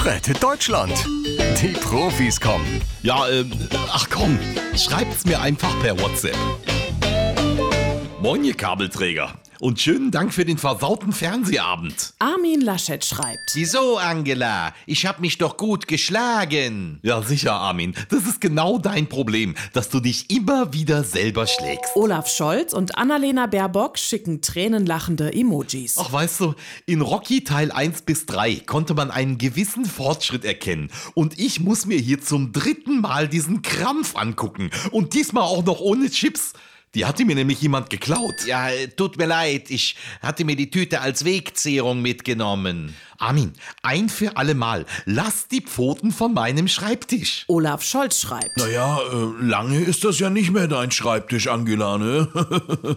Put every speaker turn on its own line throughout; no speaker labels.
rettet Deutschland. Die Profis kommen.
Ja, ähm, ach komm, schreibt's mir einfach per WhatsApp. Moin, ihr Kabelträger. Und schönen Dank für den versauten Fernsehabend.
Armin Laschet schreibt.
Wieso, Angela? Ich hab mich doch gut geschlagen.
Ja, sicher, Armin. Das ist genau dein Problem, dass du dich immer wieder selber schlägst.
Olaf Scholz und Annalena Baerbock schicken tränenlachende Emojis.
Ach, weißt du, in Rocky Teil 1 bis 3 konnte man einen gewissen Fortschritt erkennen. Und ich muss mir hier zum dritten Mal diesen Krampf angucken. Und diesmal auch noch ohne Chips. Die hatte mir nämlich jemand geklaut.
Ja, äh, tut mir leid, ich hatte mir die Tüte als Wegzehrung mitgenommen.
Armin, ein für alle Mal, lass die Pfoten von meinem Schreibtisch.
Olaf Scholz schreibt.
Naja, äh, lange ist das ja nicht mehr dein Schreibtisch, Angela, ne?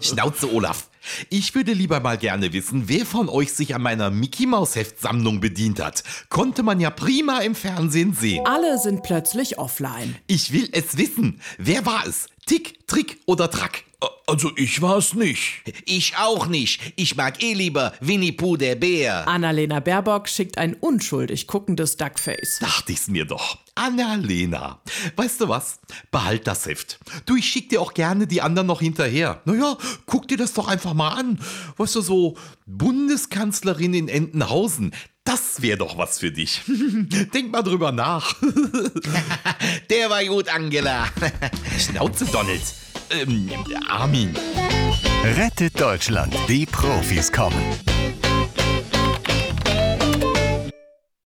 Schnauze, Olaf. Ich würde lieber mal gerne wissen, wer von euch sich an meiner Mickey-Maus-Heftsammlung bedient hat. Konnte man ja prima im Fernsehen sehen.
Alle sind plötzlich offline.
Ich will es wissen. Wer war es? Tick, Trick oder Track?
Also ich war's nicht.
Ich auch nicht. Ich mag eh lieber Winnie Pooh der Bär.
Annalena Baerbock schickt ein unschuldig guckendes Duckface.
Dachte ich's mir doch. Annalena, weißt du was? Behalt das Heft. Du, ich schick dir auch gerne die anderen noch hinterher. Naja, guck dir das doch einfach mal an. Weißt du, so Bundeskanzlerin in Entenhausen. Das wäre doch was für dich. Denk mal drüber nach.
Der war gut, Angela.
Schnauze, Donald. Ähm, Armin.
Rettet Deutschland. Die Profis kommen.